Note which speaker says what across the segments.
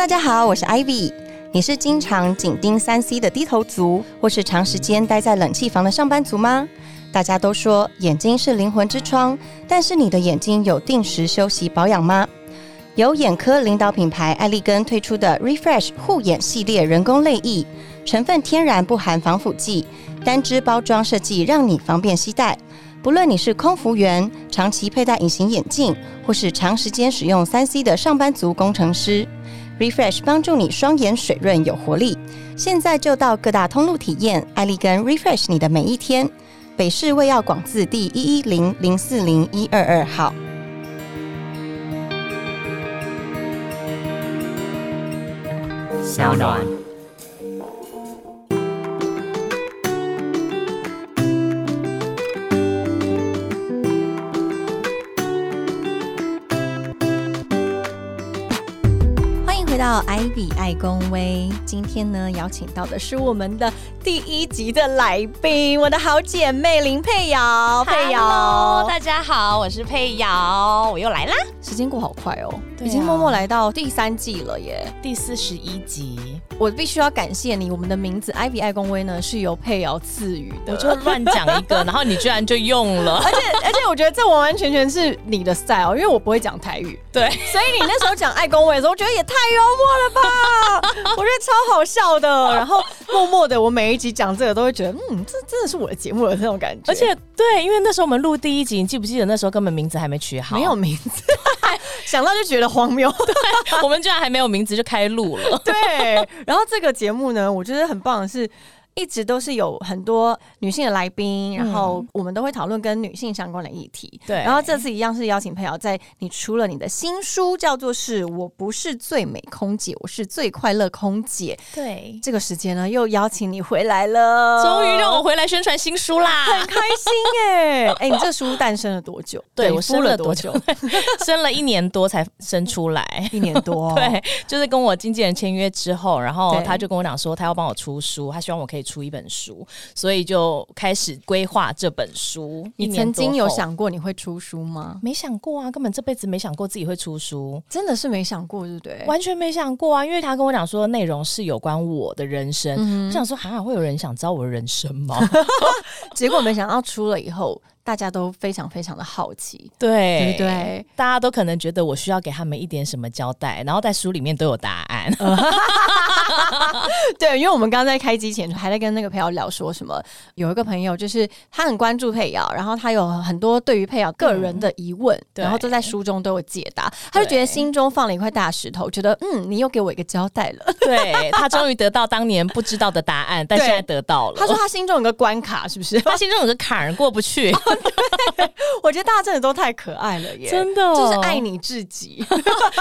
Speaker 1: 大家好，我是 Ivy。你是经常紧盯三 C 的低头族，或是长时间待在冷气房的上班族吗？大家都说眼睛是灵魂之窗，但是你的眼睛有定时休息保养吗？由眼科领导品牌艾丽根推出的 Refresh 护眼系列人工泪液，成分天然不含防腐剂，单支包装设计让你方便携带。不论你是空服员、长期佩戴隐形眼镜，或是长时间使用三 C 的上班族工程师，Refresh 帮助你双眼水润有活力。现在就到各大通路体验艾丽根 Refresh 你的每一天。北市卫药广字第一一零零四零一二二号。
Speaker 2: 小暖。
Speaker 1: 欢迎回到 Ivy 爱公微，今天呢邀请到的是我们的第一集的来宾，我的好姐妹林佩瑶，佩
Speaker 3: Hello，
Speaker 1: 瑶，
Speaker 3: 大家好，我是佩瑶，我又来啦，
Speaker 1: 时间过好快哦，
Speaker 3: 对啊
Speaker 1: 已经默默来到第三季了耶。
Speaker 3: 第四十一集，
Speaker 1: 我必须要感谢你，我们的名字 Ivy 爱公微呢是由佩瑶赐予的，
Speaker 3: 我就乱讲一 个，然后你居然就用了，
Speaker 1: 而且而且我觉得这完完全全是你的 style，因为我不会讲台语，
Speaker 3: 对，
Speaker 1: 所以你那时候讲爱公卫的时候，我觉得也太幽默了吧，我觉得超好笑的。然后默默的，我每一集讲这个都会觉得，嗯，这真的是我的节目的那种感觉，
Speaker 3: 而且对，因为那时候我们录第一集，你记不记得那时候根本名字还没取好，
Speaker 1: 没有，名字， 想到就觉得荒谬。
Speaker 3: 我们居然还没有名字就开录 了，
Speaker 1: 对，然后这个节目呢，我觉得很棒的是。一直都是有很多女性的来宾，然后我们都会讨论跟女性相关的议题。
Speaker 3: 嗯对
Speaker 1: 然后这次一样是邀请朋友在你出了你的新书，叫做是我不是最美空姐，我是最快乐空姐。
Speaker 3: 对，
Speaker 1: 这个时间呢，又邀请你回来了，
Speaker 3: 终于让我回来宣传新书啦
Speaker 1: 很。开心哎、哎、你这书诞生了多久？
Speaker 3: 对
Speaker 1: 你
Speaker 3: 我
Speaker 1: 出
Speaker 3: 生
Speaker 1: 了
Speaker 3: 了多久？生了一年多才生出来。，
Speaker 1: 一年多哦
Speaker 3: 对，就是跟我经纪人签约之后，然后
Speaker 1: 对
Speaker 3: 他就跟我讲说，他要帮我出书，他希望我可以出一本书，所以就开始规划这本书。一
Speaker 1: 你
Speaker 3: 年
Speaker 1: 曾
Speaker 3: 多
Speaker 1: 经有
Speaker 3: 后
Speaker 1: 想过你会出书吗？
Speaker 3: 没想过啊，根本这辈子没想过自己会出书，
Speaker 1: 真的是没想过，对不对？
Speaker 3: 完全没想过啊。因为他跟我讲说，内容是有关我的人生，
Speaker 1: 嗯
Speaker 3: 我想说，哈，会有人想知道我的人生 吗？
Speaker 1: 结果没想到出了以后，大家都非常非常的好 奇，对
Speaker 3: 对
Speaker 1: 不。对？
Speaker 3: 大家都可能觉得我需要给他们一点什么交代，然后在书里面都有答案。
Speaker 1: 嗯对，因为我们刚刚在开机前还在跟那个佩瑶聊说什么，有一个朋友就是他很关注佩瑶，然后他有很多对于佩瑶个人的疑问，
Speaker 3: 嗯对
Speaker 1: 然后都在书中都有解答，他就觉得心中放了一块大石头，觉得嗯，你又给我一个交代了。
Speaker 3: 对他终于得到当年不知道的答案，但
Speaker 1: 对
Speaker 3: 现在得到了。
Speaker 1: 他说他心中有个关卡，是不是？
Speaker 3: 他心中有个坎儿过不去，
Speaker 1: 啊我觉得大家真的都太可爱了耶，
Speaker 3: 的哦
Speaker 1: 就是爱。你至极。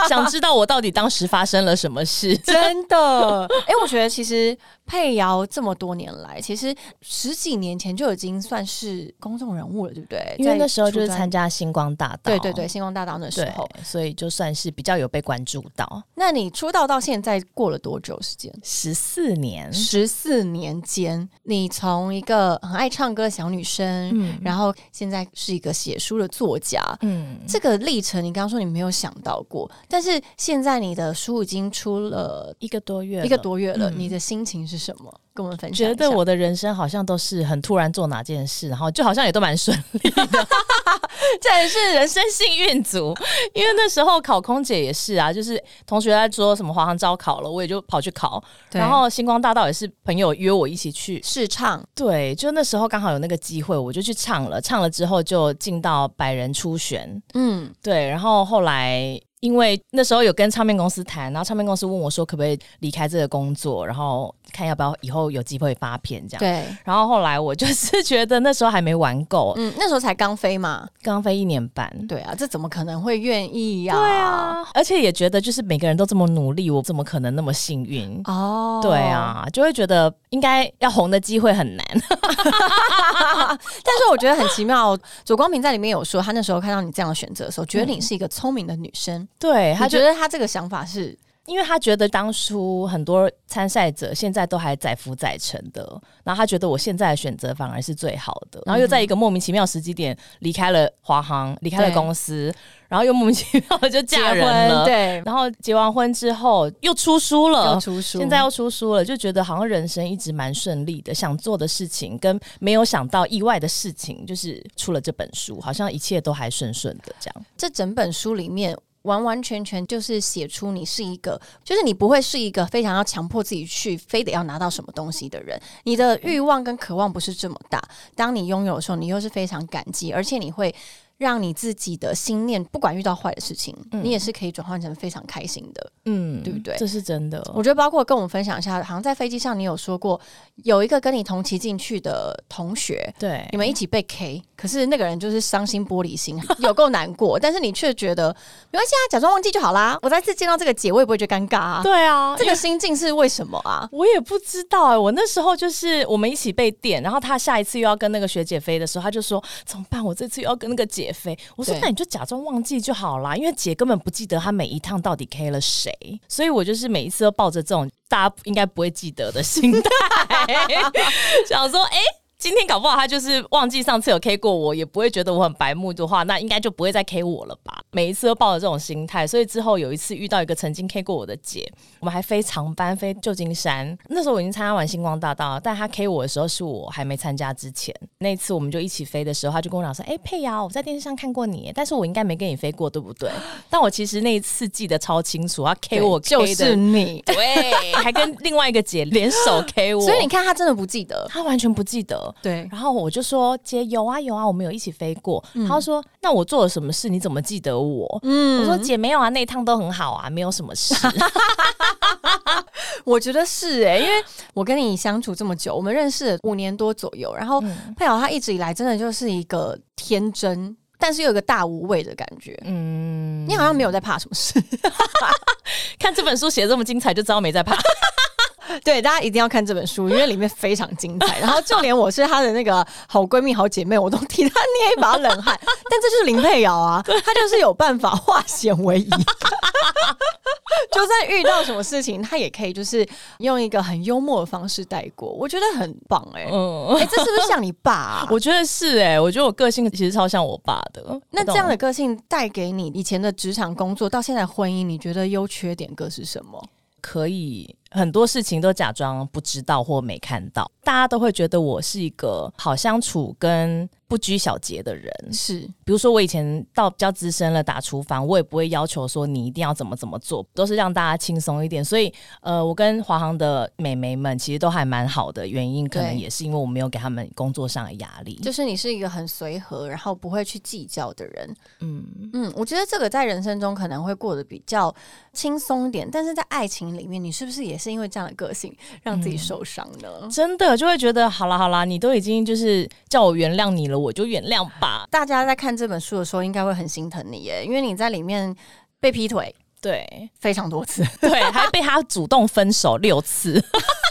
Speaker 3: 想知道我到底当时发生了什么 事？
Speaker 1: 真的， 哎、我觉得其实佩瑶这么多年来，其实十几年前就已经算是公众人物了，对不对？
Speaker 3: 因为那时候
Speaker 1: 在
Speaker 3: 就是
Speaker 1: 出
Speaker 3: 参加星光大道，
Speaker 1: 专对对对星光大道那时候。
Speaker 3: 对，所以就算是比较有被关注到。
Speaker 1: 那你出道到现在过了多久时间？
Speaker 3: 十四年，
Speaker 1: 十四年间，你从一个很爱唱歌的小女生，
Speaker 3: 嗯
Speaker 1: 然后现在是一个写书的作家。
Speaker 3: 嗯，
Speaker 1: 这个历程，你刚刚说你没有想到过，但是现在你的书已经出了
Speaker 3: 一个多月，
Speaker 1: 一个。多月了，
Speaker 3: 嗯
Speaker 1: 你的心情是什么？跟我们分享一
Speaker 3: 觉
Speaker 1: 下。
Speaker 3: 得我的人生好像都是很突然做哪件事，然后就好像也都蛮顺利的，这也是人生幸运 组。因为那时候考空姐也是啊，就是同学在说什么华航招考了，我也就跑去考，
Speaker 1: 对，
Speaker 3: 然后星光大道也是朋友约我一起去，
Speaker 1: 试唱，
Speaker 3: 对，就那时候刚好有那个机会，我就去唱了，唱了之后就进到百人初选，
Speaker 1: 嗯，
Speaker 3: 对，然后后来因为那时候有跟唱片公司谈，然后唱片公司问我说可不可以离开这个工作，然后看要不要以后有机会发片这样。
Speaker 1: 对，
Speaker 3: 然后后来我就是觉得那时候还没玩够，
Speaker 1: 嗯，那时候才刚飞嘛，
Speaker 3: 刚飞一年半。
Speaker 1: 对啊，这怎么可能会愿意呀、
Speaker 3: 对，啊，而且也觉得就是每个人都这么努力，我怎么可能那么幸运？
Speaker 1: 哦，
Speaker 3: 对。啊，就会觉得应该要红的机会很难。
Speaker 1: 但是我觉得很奇妙，左光平在里面有说，他那时候看到你这样的选择的时候，觉得你是一个聪明的女生，
Speaker 3: 对，嗯他
Speaker 1: 他
Speaker 3: 就
Speaker 1: 觉得他这个想法是
Speaker 3: 因为他觉得当初很多参赛者现在都还载浮载沉的，然后他觉得我现在的选择反而是最好的，然后又在一个莫名其妙时机点离开了华航，离开了公司，然后又莫名其妙的就
Speaker 2: 结
Speaker 3: 嫁人
Speaker 2: 婚
Speaker 3: 了，，
Speaker 2: 对，
Speaker 3: 然后结完婚之后又出书了，
Speaker 2: 要出书，
Speaker 3: 现在又出书了，就觉得好像人生一直蛮顺利的，想做的事情跟没有想到意外的事情，就是出了这本书，好像一切都还顺顺的这样。
Speaker 1: 这整本书里面。完完全全就是写出你是一个，就是你不会是一个非常要强迫自己去，非得要拿到什么东西的人。你的欲望跟渴望不是这么大。当你拥有的时候，你又是非常感激，而且你会让你自己的心念，不管遇到坏的事情，
Speaker 3: 嗯
Speaker 1: 你也是可以转换成非常开心的。
Speaker 3: 嗯
Speaker 1: 对不对
Speaker 3: 这是真的。
Speaker 1: 我觉得包括跟我们分享一下，好像在飞机上你有说过，有一个跟你同期进去的同学，
Speaker 3: 对
Speaker 1: 你，们一起被 K，可是那个人就是伤心玻璃心， 有够难过，但是你却觉得没关系啊，假装忘记就好啦。我再次见到这个姐，我也不会觉得尴尬啊。
Speaker 3: 对啊，
Speaker 1: 这个心境是为什么啊？
Speaker 3: 我也不知道哎、我那时候就是我们一起被电，然后他下一次又要跟那个学姐飞的时候，他就说怎么办？我这次又要跟那个姐飞。我说
Speaker 1: 对
Speaker 3: 那你就假装忘记就好啦，因为姐根本不记得她每一趟到底 K 了谁，所以我就是每一次都抱着这种大家应该不会记得的心态， 想说哎。今天搞不好他就是忘记上次有 K 过我，也不会觉得我很白目的话，那应该就不会再 K 我了吧？每一次都抱着这种心态，所以之后有一次遇到一个曾经 K 过我的姐，我们还飞长班飞旧金山，那时候我已经参加完星光大道了，但他 K 我的时候是我还没参加之前。那一次我们就一起飞的时候，他就跟我讲说：“哎、佩瑶，我在电视上看过你，但是我应该没跟你飞过，对不 对？”但我其实那一次记得超清楚，他 K 我 K
Speaker 1: 就
Speaker 3: 的
Speaker 1: 是你，
Speaker 3: 对，还跟另外一个姐联手 K 我，
Speaker 1: 所以你看他真的不记得，
Speaker 3: 他完全不记得。
Speaker 1: 对，
Speaker 3: 然后我就说：“姐，有啊有啊，我们有一起飞过。他就说：“那我做了什么事？你怎么记得我？”
Speaker 1: 嗯
Speaker 3: 我说：“姐，没有啊，那一趟都很好啊，没有什么 事。
Speaker 1: 我觉得是欸诶、因为我跟你相处这么久，我们认识了五年多左右，然后
Speaker 3: 嗯
Speaker 1: 佩瑶她一直以来真的就是一个天真，但是又有一个大无畏的感觉”。
Speaker 3: 嗯，
Speaker 1: 你好像没有在怕什么事，
Speaker 3: 看这本书写得这么精彩，就知道没在怕。
Speaker 1: 对，大家一定要看这本书，因为里面非常精彩。然后就连我是她的那个好闺蜜、好姐妹，我都替她捏一把冷汗。但这就是林佩瑶 啊，她就是有办法化险为夷。就算遇到什么事情，她也可以就是用一个很幽默的方式带过，我觉得很棒哎、欸。
Speaker 3: 嗯，
Speaker 1: 哎、这是不是像你爸、啊
Speaker 3: ？我觉得是哎、我觉得我个性其实超像我爸的。
Speaker 1: 那
Speaker 3: 你懂
Speaker 1: 这样的个性带给你以前的职场工作到现在婚姻，你觉得优缺点各是什么？
Speaker 3: 可以很多事情都假装不知道或没看到，大家都会觉得我是一个好相处跟不拘小节的人。
Speaker 1: 是
Speaker 3: 比如说我以前到比较资深了打厨房，我也不会要求说你一定要怎么怎么做，都是让大家轻松一点。所以呃，我跟华航的美眉们其实都还蛮好的，原因可能
Speaker 1: 对
Speaker 3: 也是因为我没有给他们工作上的压力。
Speaker 1: 就是你是一个很随和，然后不会去计较的人。
Speaker 3: 嗯，
Speaker 1: 嗯，我觉得这个在人生中可能会过得比较轻松一点，但是在爱情里面，你是不是也是因为这样的个性让自己受伤呢？
Speaker 3: 真的就会觉得好啦好啦，你都已经就是叫我原谅你了，我就原谅吧。
Speaker 1: 大家在看这本书的时候，应该会很心疼你耶，因为你在里面被劈腿
Speaker 3: 对
Speaker 1: 非常多次，
Speaker 3: 对，还被他主动分手六次，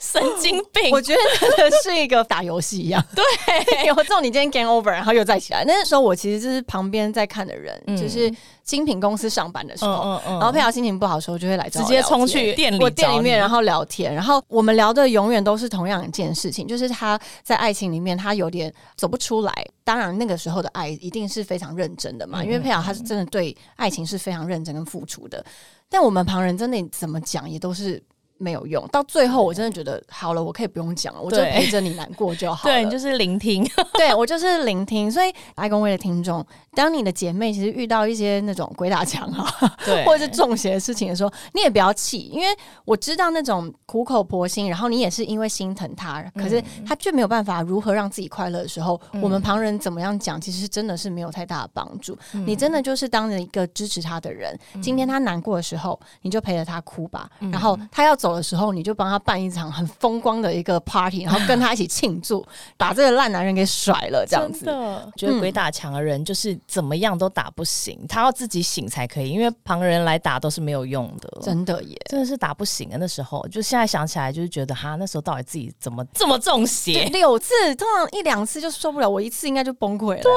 Speaker 3: 神经病
Speaker 1: 我！觉得真的是一个打游戏一样。对， 有种你今天 game over，然后又再起来。那时候我其实就是旁边在看的人，
Speaker 3: 嗯
Speaker 1: 就是精品公司上班的时候，
Speaker 3: 嗯嗯
Speaker 1: 然后佩瑶心情不哦好的时候，就会来找我
Speaker 3: 直接
Speaker 1: 聊天
Speaker 3: 冲去店里
Speaker 1: 我店
Speaker 3: 找
Speaker 1: 里
Speaker 3: 你
Speaker 1: 面，然后聊天，然后我们聊的永远都是同样一件事情，就是他在爱情里面他有点走不出来。当然那个时候的爱一定是非常认真的嘛，嗯因为佩瑶她是真的对爱情是非常认真跟付出的。但我们旁人真的怎么讲也都是。没有用，到最后我真的觉得好了，我可以不用讲了，我就
Speaker 3: 对
Speaker 1: 陪着你难过就好了。
Speaker 3: 对，你就是聆听。
Speaker 1: 对 我就是聆听。所以爱公会的听众，当你的姐妹其实遇到一些那种鬼打墙啊，
Speaker 3: 对
Speaker 1: 或者是中邪的事情的时候，你也不要气，因为我知道那种苦口婆心，然后你也是因为心疼他，可
Speaker 3: 嗯
Speaker 1: 是他却没有办法如何让自己快乐的时候，我们旁人怎么样讲，其实真的是没有太大的帮助。
Speaker 3: 嗯
Speaker 1: 你真的就是当着一个支持他的人，今天他难过的时候，你就陪着他哭吧，
Speaker 3: 嗯
Speaker 1: 然后他要走的时候，你就帮他办一场很风光的一个 party，然后跟他一起 庆祝，把这个烂男人给甩了，这样子。
Speaker 3: 的，嗯觉得鬼打墙的人就是怎么样都打不醒，他要自己醒才可以，因为旁人来打都是没有用的。
Speaker 1: 真的耶，
Speaker 3: 真的是打不醒啊！那时候就现在想起来，就是觉得哈，那时候到底自己怎么这么中邪？
Speaker 1: 六次，通常一两次就受不了，我一次应该就崩溃了。
Speaker 3: 啊
Speaker 1: 对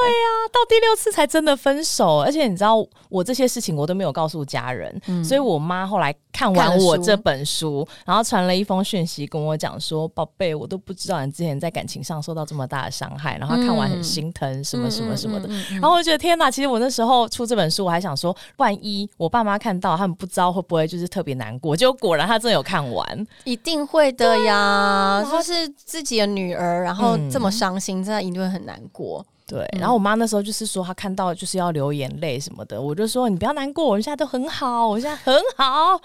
Speaker 3: 到第六次才真的分手，而且你知道，我这些事情我都没有告诉家人，所以我妈后来看
Speaker 1: 看
Speaker 3: 完
Speaker 1: 了
Speaker 3: 我
Speaker 1: 书
Speaker 3: 这本书，嗯书，然后传了一封讯息跟我讲说：“宝贝，我都不知道你之前在感情上受到这么大的伤害，然后她看完很心疼，什么什么什么的。”然后我就觉得天哪，其实我那时候出这本书，我还想说，万一我爸妈看到，他们不知道会不会就是特别难过？结果果然他真的有看完，
Speaker 1: 一定会的呀，就是自己的女儿，然后
Speaker 3: 嗯
Speaker 1: 这么伤心，真的一定会很难过。
Speaker 3: 对，嗯然后我妈那时候就是说，她看到就是要流眼泪什么的，我就说你不要难过，我们现在都很好，我现在很好。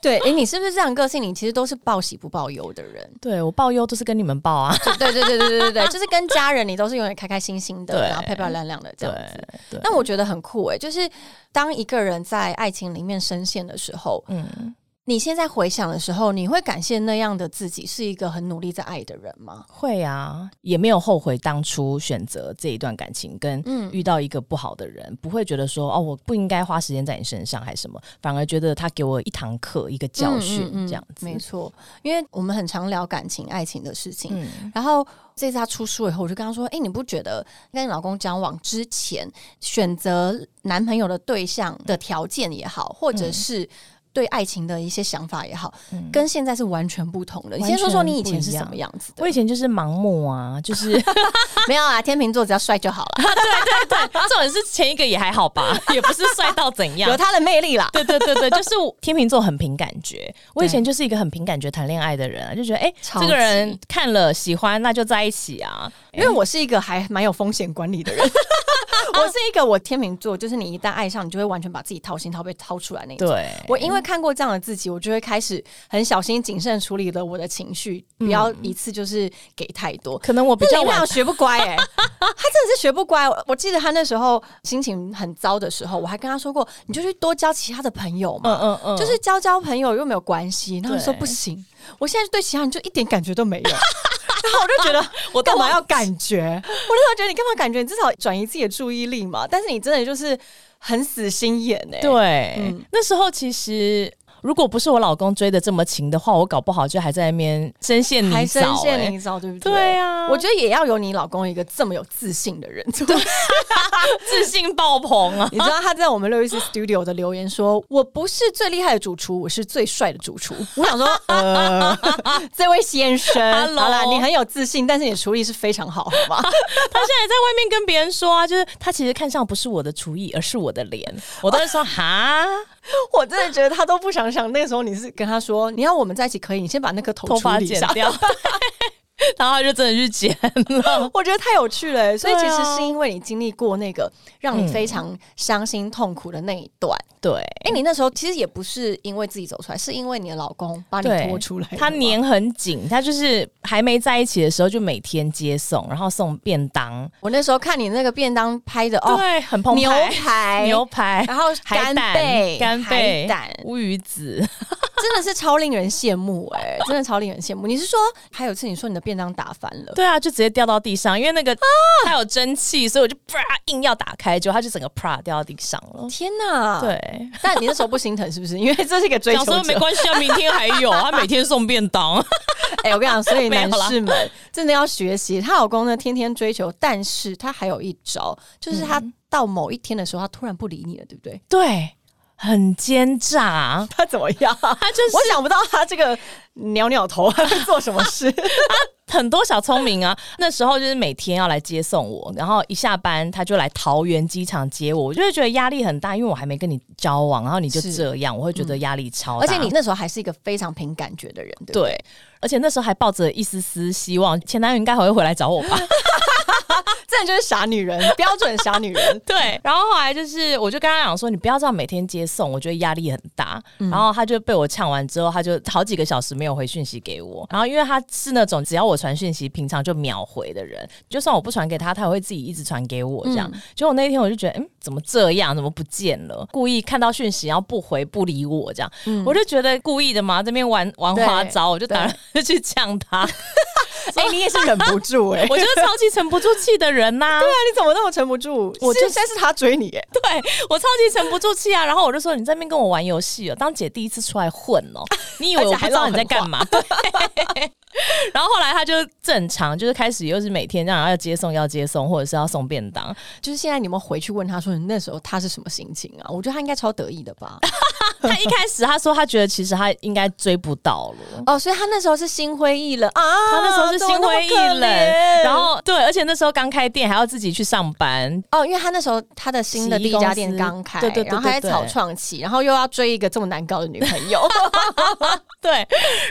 Speaker 1: 对，哎、你是不是这样个性？你其实都是报喜不报忧的人。
Speaker 3: 对我报忧都是跟你们报啊，
Speaker 1: 就 对对对对对对 对，就是跟家人你都是永远开开心心的，
Speaker 3: 对
Speaker 1: 然后漂漂亮亮的这
Speaker 3: 对
Speaker 1: 样子。
Speaker 3: 对，
Speaker 1: 但我觉得很酷哎、就是当一个人在爱情里面深陷的时候，
Speaker 3: 嗯
Speaker 1: 你现在回想的时候，你会感谢那样的自己是一个很努力在爱的人吗？
Speaker 3: 会啊，也没有后悔当初选择这一段感情，跟
Speaker 1: 嗯
Speaker 3: 遇到一个不好的人，不会觉得说哦我不应该花时间在你身上还是什么，反而觉得他给我一堂课一个教训、
Speaker 1: 嗯嗯嗯
Speaker 3: 这样子。
Speaker 1: 没错，因为我们很常聊感情、爱情的事情。
Speaker 3: 嗯，
Speaker 1: 然后这次他出书以后，我就跟他说：“哎、你不觉得跟你老公交往之前，选择男朋友的对象的条件也好，或者是对爱情的一些想法也好，
Speaker 3: 嗯
Speaker 1: 跟现在是完全不同的？你
Speaker 3: 完
Speaker 1: 先说说
Speaker 3: 全
Speaker 1: 你以
Speaker 3: 不
Speaker 1: 前
Speaker 3: 一
Speaker 1: 是什
Speaker 3: 样
Speaker 1: 么样子的？
Speaker 3: 我以前就是盲目啊，就是
Speaker 1: 没有啊，天秤座只要帅就好了，
Speaker 3: 这种是前一个也还好吧，也不是帅到怎样
Speaker 1: 有，他的魅力啦。
Speaker 3: 对对对对，就是我天秤座很凭感觉。我以前就是一个很凭感觉谈恋爱的人啊，就觉得哎、
Speaker 1: 超
Speaker 3: 这个人
Speaker 1: 级
Speaker 3: 看了喜欢，那就在一起啊。
Speaker 1: 因为我是一个还蛮有风险管理的 人。我是一个我天秤座，就是你一旦爱上，你就会完全把自己掏心掏肺掏出来那种。
Speaker 3: 对，
Speaker 1: 我因为看过这样的自己，我就会开始很小心谨慎处理了我的情绪，不要一次就是给太多。
Speaker 3: 可能我比
Speaker 1: 嗯那
Speaker 3: 较
Speaker 1: 林
Speaker 3: 晚
Speaker 1: 淼学不乖哎、 他真的是学不乖。我我记得他那时候心情很糟的时候，我还跟他说过，你就去多交其他的朋友嘛。
Speaker 3: 嗯嗯嗯，
Speaker 1: 就是交交朋友又没有关系。然后你说
Speaker 3: 对
Speaker 1: 不行，我现在对其他人就一点感觉都 没有。然后我就觉得我干嘛要感觉？我那时候觉得你干嘛感觉？你至少转移自己的注意力嘛。但是你真的就是很死心眼哎、
Speaker 3: 对、
Speaker 1: 嗯
Speaker 3: 那时候其实。如果不是我老公追的这么勤的话，我搞不好就还在那边深陷泥沼、
Speaker 1: 还深陷
Speaker 3: 哎
Speaker 1: 泥沼，对嗯欸不对？
Speaker 3: 对啊
Speaker 1: 我觉得也要有你老公一个这么有自信的人。
Speaker 3: 自信爆棚啊！
Speaker 1: 你知道他在我们六一四 Studio 的留言说：“我不是最厉害的主厨，我是最帅的主厨。” 我想说， 呃，这位先生
Speaker 3: Hello
Speaker 1: 好啦，你很有自信，但是你的厨艺是非常好，好 吗？
Speaker 3: 他现在在外面跟别人说啊，就是他其实看上不是我的厨艺，而是我的脸。我都会说 哈，
Speaker 1: 我真的觉得他都不想想，那个时候你是跟他说你要我们在一起可以，你先把那颗头
Speaker 3: 头发
Speaker 1: 处理一
Speaker 3: 剪
Speaker 1: 下
Speaker 3: 掉， 然后他就真的去剪了。
Speaker 1: 我觉得太有趣了、欸所以
Speaker 3: 对
Speaker 1: 其
Speaker 3: 啊
Speaker 1: 实是因为你经历过那个让你非常伤心痛苦的那一段。
Speaker 3: 对，
Speaker 1: 哎、你那时候其实也不是因为自己走出来，是因为你的老公把你
Speaker 3: 对
Speaker 1: 拖出来的吗，
Speaker 3: 他黏很紧，他就是还没在一起的时候就每天接送，然后送便当，
Speaker 1: 我那时候看你那个便当拍的哦，
Speaker 3: 对，很澎
Speaker 1: 牛
Speaker 3: 湃，
Speaker 1: 排，
Speaker 3: 牛排，
Speaker 1: 然后
Speaker 3: 海
Speaker 1: 干
Speaker 3: 胆
Speaker 1: 贝、
Speaker 3: 呃干贝、
Speaker 1: 海胆，
Speaker 3: 乌鱼子，
Speaker 1: 真的是超令人羡慕哎、真的超令人羡慕。你是说还有一次你说你的便当打翻了？
Speaker 3: 对啊，就直接掉到地上，因为那个它有蒸汽，所以我就啪硬要打开，结果它就整个啪掉到地上了。
Speaker 1: 天哪！，
Speaker 3: 对，
Speaker 1: 但你那时候不心疼是不是？因为这是一个追求
Speaker 3: 想说
Speaker 1: 者。
Speaker 3: 没关系啊，明天还 有，他每天送便当。
Speaker 1: 哎、我跟你讲，所 以
Speaker 3: 没有
Speaker 1: 男
Speaker 3: 啦
Speaker 1: 士们真的要学习。她老公呢，天天追求，但是他还有一招，就是他
Speaker 3: 嗯
Speaker 1: 到某一天的时候，他突然不理你了，对不对？
Speaker 3: 对，很奸诈，
Speaker 1: 他怎么样？
Speaker 3: 他就是
Speaker 1: 我想不到他这个鸟鸟头 还会做什么事。
Speaker 3: 很多小聪明啊！那时候就是每天要来接送我，然后一下班他就来桃园机场接我，我就会觉得压力很大，因为我还没跟你交往，然后你就是嗯这样，我会觉得压力超大。
Speaker 1: 而且你那时候还是一个非常凭感觉的人，对不对
Speaker 3: 对，而且那时候还抱着一丝丝希望，前男友应该还会回来找我 吧？。
Speaker 1: 真的就是傻女人，标准傻女人
Speaker 3: 对。然后后来就是，我就跟他讲说，你不要这样每天接送，我觉得压力很大。
Speaker 1: 嗯
Speaker 3: 然后他就被我呛完之后，他就好几个小时没有回讯息给我。然后因为他是那种只要我传讯息，平常就秒回的人，就算我不传给他，他也会自己一直传给我这样。结果那一天我就觉得，嗯，怎么这样？怎么不见了？故意看到讯息然后不回不理我这样，我就觉得故意的嘛，这边玩玩花
Speaker 1: 嗯对
Speaker 3: 招，我就当然就去呛他。
Speaker 1: 哎、你也是忍不住 哎、
Speaker 3: 我就是超级沉不住气的人呐、
Speaker 1: 对啊，你怎么那么沉不住？我
Speaker 3: 我
Speaker 1: 就
Speaker 3: 就
Speaker 1: 现在是他追你哎、
Speaker 3: 对我超级沉不住气啊！然后我就说：“你在那边跟我玩游戏哦，当姐第一次出来混哦，
Speaker 1: 啊
Speaker 3: 你以为我不知道你在干嘛？”对。 然后后来他就正常，就是开始又是每天这样要接送要接送，或者是要送便当。
Speaker 1: 就是现在你们回去问他说你那时候他是什么心情啊？我觉得他应该超得意的吧。
Speaker 3: 他一开始他说他觉得其实他应该追不到 了。
Speaker 1: 哦，所以他那时候是心灰意冷啊，
Speaker 3: 他那时候是
Speaker 1: 怎么
Speaker 3: 心
Speaker 1: 那么
Speaker 3: 灰意
Speaker 1: 可
Speaker 3: 冷，
Speaker 1: 怜
Speaker 3: 然后对，而且那时候刚开店，还要自己去上班，
Speaker 1: 哦，因为他那时候他的新的
Speaker 3: 洗
Speaker 1: 第
Speaker 3: 衣
Speaker 1: 一家
Speaker 3: 公
Speaker 1: 店
Speaker 3: 司
Speaker 1: 刚开，
Speaker 3: 对对对
Speaker 1: 然后还
Speaker 3: 对对
Speaker 1: 在草创期，然后又要追一个这么难搞的女朋 友，
Speaker 3: 对。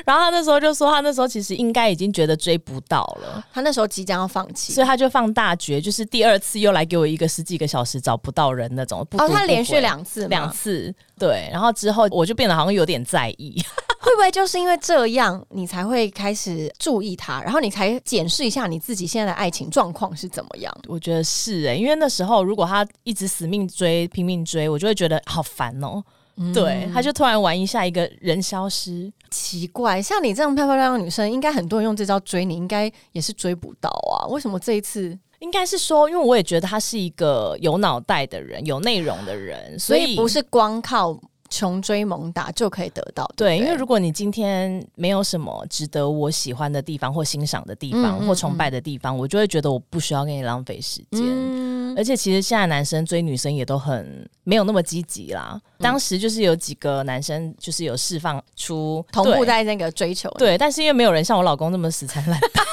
Speaker 3: 然后他那时候就说，他那时候其实应该已经觉得追不到了，
Speaker 1: 他那时候即将要放弃
Speaker 3: 所。以他就放大绝，就是第二次又来给我一个十几个小时找不到人那种。不
Speaker 1: 哦，
Speaker 3: 读
Speaker 1: 他
Speaker 3: 不
Speaker 1: 连续
Speaker 3: 回
Speaker 1: 两次吗，
Speaker 3: 两次，对。然后之后我就变得好像有点在意，
Speaker 1: 会不会就是因为这样，你才会开始注意他，然后你才检视一下你自己现在的爱情状况是怎么样？
Speaker 3: 我觉得是哎、因为那时候如果他一直死命追、拼命追，我就会觉得好烦哦、
Speaker 1: 嗯
Speaker 3: 对，他就突然玩一下，一个人消失，
Speaker 1: 奇怪，像你这样漂漂亮亮的女生，应该很多人用这招追你，应该也是追不到啊？为什么这一次？
Speaker 3: 应该是说，因为我也觉得他是一个有脑袋的人、有内容的人，
Speaker 1: 所
Speaker 3: 所以
Speaker 1: 以不是光靠穷追猛打就可以得到，
Speaker 3: 对。
Speaker 1: 不
Speaker 3: 因为如果你今天没有什么值得我喜欢的地方、或欣赏的地方、
Speaker 1: 嗯嗯
Speaker 3: 或崇拜的地方，我就会觉得我不需要跟你浪费时间。
Speaker 1: 嗯，
Speaker 3: 而且其实现在男生追女生也都很没有那么积极啦。
Speaker 1: 嗯
Speaker 3: 当时就是有几个男生就是有释放出
Speaker 1: 同
Speaker 3: 对
Speaker 1: 步在那个追求。，
Speaker 3: 对，但是因为没有人像我老公那么死缠烂打，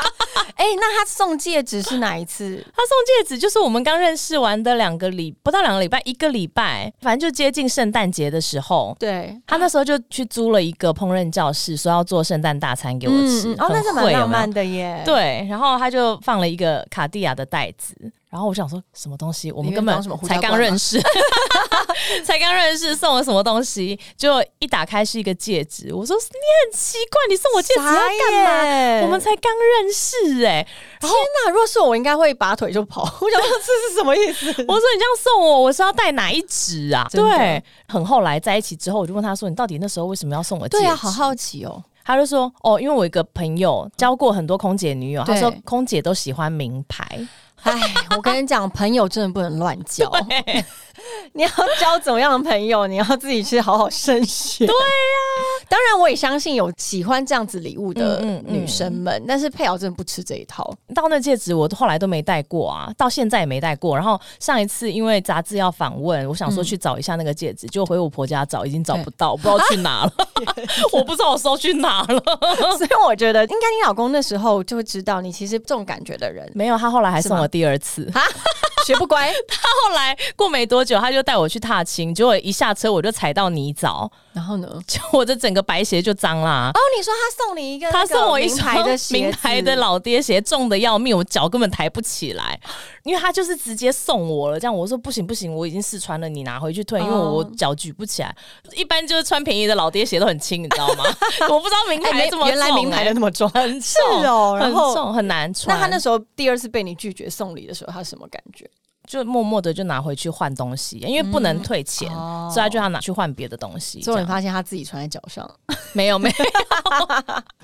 Speaker 1: 哎、那他送戒指是哪一次？
Speaker 3: 他送戒指就是我们刚认识完的两个礼，不到两个礼拜，一个礼拜，反正就接近圣诞节的时候。
Speaker 1: 对，
Speaker 3: 他那时候就去租了一个烹饪教室，说要做圣诞大餐给我吃，
Speaker 1: 嗯嗯哦，那是
Speaker 3: 很
Speaker 1: 蛮
Speaker 3: 会
Speaker 1: 浪。
Speaker 3: 有
Speaker 1: 漫
Speaker 3: 没
Speaker 1: 的耶。
Speaker 3: 有，对，然后他就放了一个卡地亚的袋子，然后我想说什么东西，我们
Speaker 1: 里面
Speaker 3: 根
Speaker 1: 放
Speaker 3: 本
Speaker 1: 什么胡椒
Speaker 3: 才
Speaker 1: 罐
Speaker 3: 刚
Speaker 1: 吗
Speaker 3: 认识， 才刚认识，送我什么东西？就一打开是一个戒指，我说你很奇怪，你送我戒指要干嘛？
Speaker 1: 嘛
Speaker 3: 我们才刚认识哎、
Speaker 1: 天哪！如果是我，我应该会拔腿就跑。 我想说这是什么意思？
Speaker 3: 我说你这样送我，我是要戴哪一只啊？
Speaker 1: 真的
Speaker 3: 对，很后来在一起之后，我就问他说：“你到底那时候为什么要送我戒指？”
Speaker 1: 对啊，好好奇 哦。
Speaker 3: 他就说：“哦，因为我有一个朋友交过很多空姐女友，他
Speaker 1: 对
Speaker 3: 说空姐都喜欢名牌。
Speaker 1: 哎，我跟你讲，朋友真的不能乱交。
Speaker 3: 啊
Speaker 1: 你要交怎么样的朋友，你要自己去好好慎选。对呀、
Speaker 3: 啊
Speaker 1: 当然我也相信有喜欢这样子礼物的
Speaker 3: 嗯嗯嗯
Speaker 1: 女生们，但是配偶真的不吃这一套。
Speaker 3: 到那戒指我后来都没戴过啊，到现在也没戴过。然后上一次因为杂志要访问，我想
Speaker 1: 嗯
Speaker 3: 说去找一下那个戒指，就回我婆家找，已经找不到，我不知道去哪了， 我不知道我收去哪了。
Speaker 1: 所以我觉得，应该你老公那时候就会知道，你其实这种感觉的人
Speaker 3: 没有，他后来还送
Speaker 1: 是吗
Speaker 3: 我第二次。”
Speaker 1: 学不 乖，
Speaker 3: 后来过没多久，他就带我去踏青，结果一下车我就踩到泥沼，
Speaker 1: 然后呢？
Speaker 3: 就我的整个白鞋就脏啦。
Speaker 1: 哦，你说他送你一个，
Speaker 3: 他送我一
Speaker 1: 名
Speaker 3: 双
Speaker 1: 牌的鞋子
Speaker 3: 名牌的老爹鞋，重的要命，我脚根本抬不起来，因为他就是直接送我了。这样我说不行不行，我已经试穿了，你拿回去退，因为
Speaker 1: 哦
Speaker 3: 我脚举不起来。一般就是穿便宜的老爹鞋都很轻，你知道 吗？我不知道名
Speaker 1: 哎，
Speaker 3: 牌
Speaker 1: 没
Speaker 3: 这么重、
Speaker 1: 原来名牌的
Speaker 3: 哎
Speaker 1: 那么重，
Speaker 3: 很
Speaker 1: 是
Speaker 3: 重
Speaker 1: 哦然
Speaker 3: 很
Speaker 1: 后
Speaker 3: 重很难穿。
Speaker 1: 那他那时候第二次被你拒绝送礼的时候，他什么感觉？
Speaker 3: 就默默的就拿回去换东西，因为不能退钱，
Speaker 1: 哦
Speaker 3: 所以他就要拿去换别的东西。
Speaker 1: 最后
Speaker 3: 这
Speaker 1: 你
Speaker 3: 样
Speaker 1: 发现他自己穿在脚上。
Speaker 3: 没有没有，